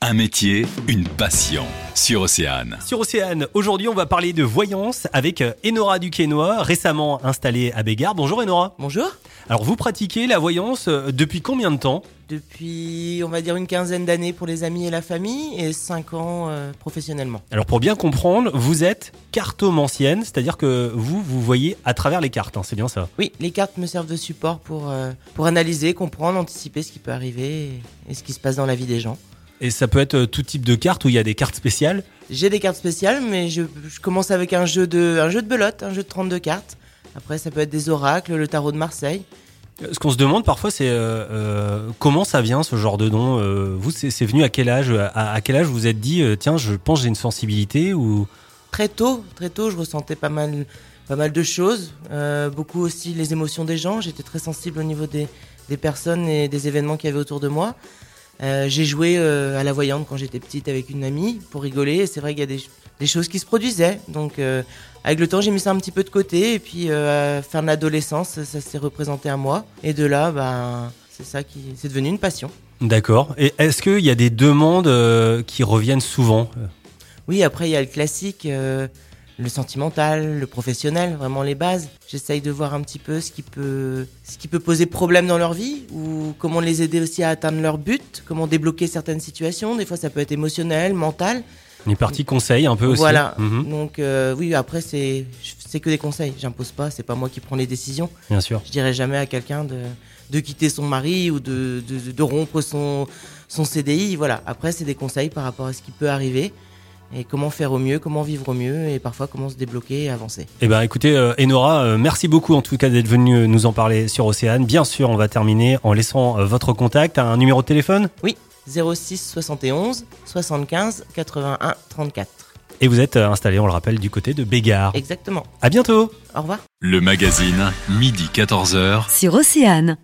Un métier, une passion sur Océane. Sur Océane, aujourd'hui on va parler de voyance avec euh, Enora Duquesnois, récemment installée à Bégard. Bonjour Enora. Bonjour. Alors vous pratiquez la voyance euh, depuis combien de temps Depuis, on va dire, une quinzaine d'années pour les amis et la famille et 5 ans euh, professionnellement. Alors pour bien comprendre, vous êtes cartomancienne, c'est-à-dire que vous, vous voyez à travers les cartes, hein, c'est bien ça Oui, les cartes me servent de support pour, euh, pour analyser, comprendre, anticiper ce qui peut arriver et, et ce qui se passe dans la vie des gens. Et ça peut être euh, tout type de carte où il y a des cartes spéciales J'ai des cartes spéciales, mais je, je commence avec un jeu, de, un jeu de belote, un jeu de 32 cartes. Après, ça peut être des oracles, le tarot de Marseille. Euh, Ce qu'on se demande parfois, c'est euh, euh, comment ça vient ce genre de don Euh, Vous, c'est c'est venu à quel âge Euh, à, à quel âge vous vous êtes dit, euh, tiens, je pense que j'ai une sensibilité ou Très tôt, très tôt, je ressentais pas mal, pas mal de choses. euh, beaucoup aussi les émotions des gens. J'étais très sensible au niveau des, des personnes et des événements qu'il y avait autour de moi. Euh, j'ai joué euh, à la voyante quand j'étais petite avec une amie pour rigoler. Et c'est vrai qu'il y a des, des choses qui se produisaient. Donc, euh, avec le temps, j'ai mis ça un petit peu de côté. Et puis, euh, à fin de l'adolescence, ça s'est représenté à moi. Et de là, ben, c'est ça qui, c'est devenu une passion. D'accord. Et est-ce qu'il y a des demandes euh, qui reviennent souvent Oui, après, il y a le classique, euh, le sentimental, le professionnel, vraiment les bases. J'essaye de voir un petit peu ce qui, peut, ce qui peut poser problème dans leur vie ou comment les aider aussi à atteindre leur but, comment débloquer certaines situations. Des fois, ça peut être émotionnel, mental. Les parties conseils un peu aussi. Voilà. Mhm, Donc, euh, oui, après, c'est c'est que des conseils. J'impose pas, c'est pas moi qui prends les décisions. bien sûr. Je dirais jamais à quelqu'un de, de quitter son mari ou de, de, de rompre son, son CDI. Voilà. Après, c'est des conseils par rapport à ce qui peut arriver et comment faire au mieux, comment vivre au mieux et parfois comment se débloquer et avancer. Eh ben, écoutez, euh, Enora, euh, merci beaucoup en tout cas d'être venu euh, nous en parler sur Océane. Bien sûr, on va terminer en laissant euh, votre contact, un numéro de téléphone, 06 71 75 81 34. et vous êtes euh, installé, on le rappelle, du côté de Bégard. Exactement. À bientôt. Au revoir. Le magazine, midi 14h, sur Océane.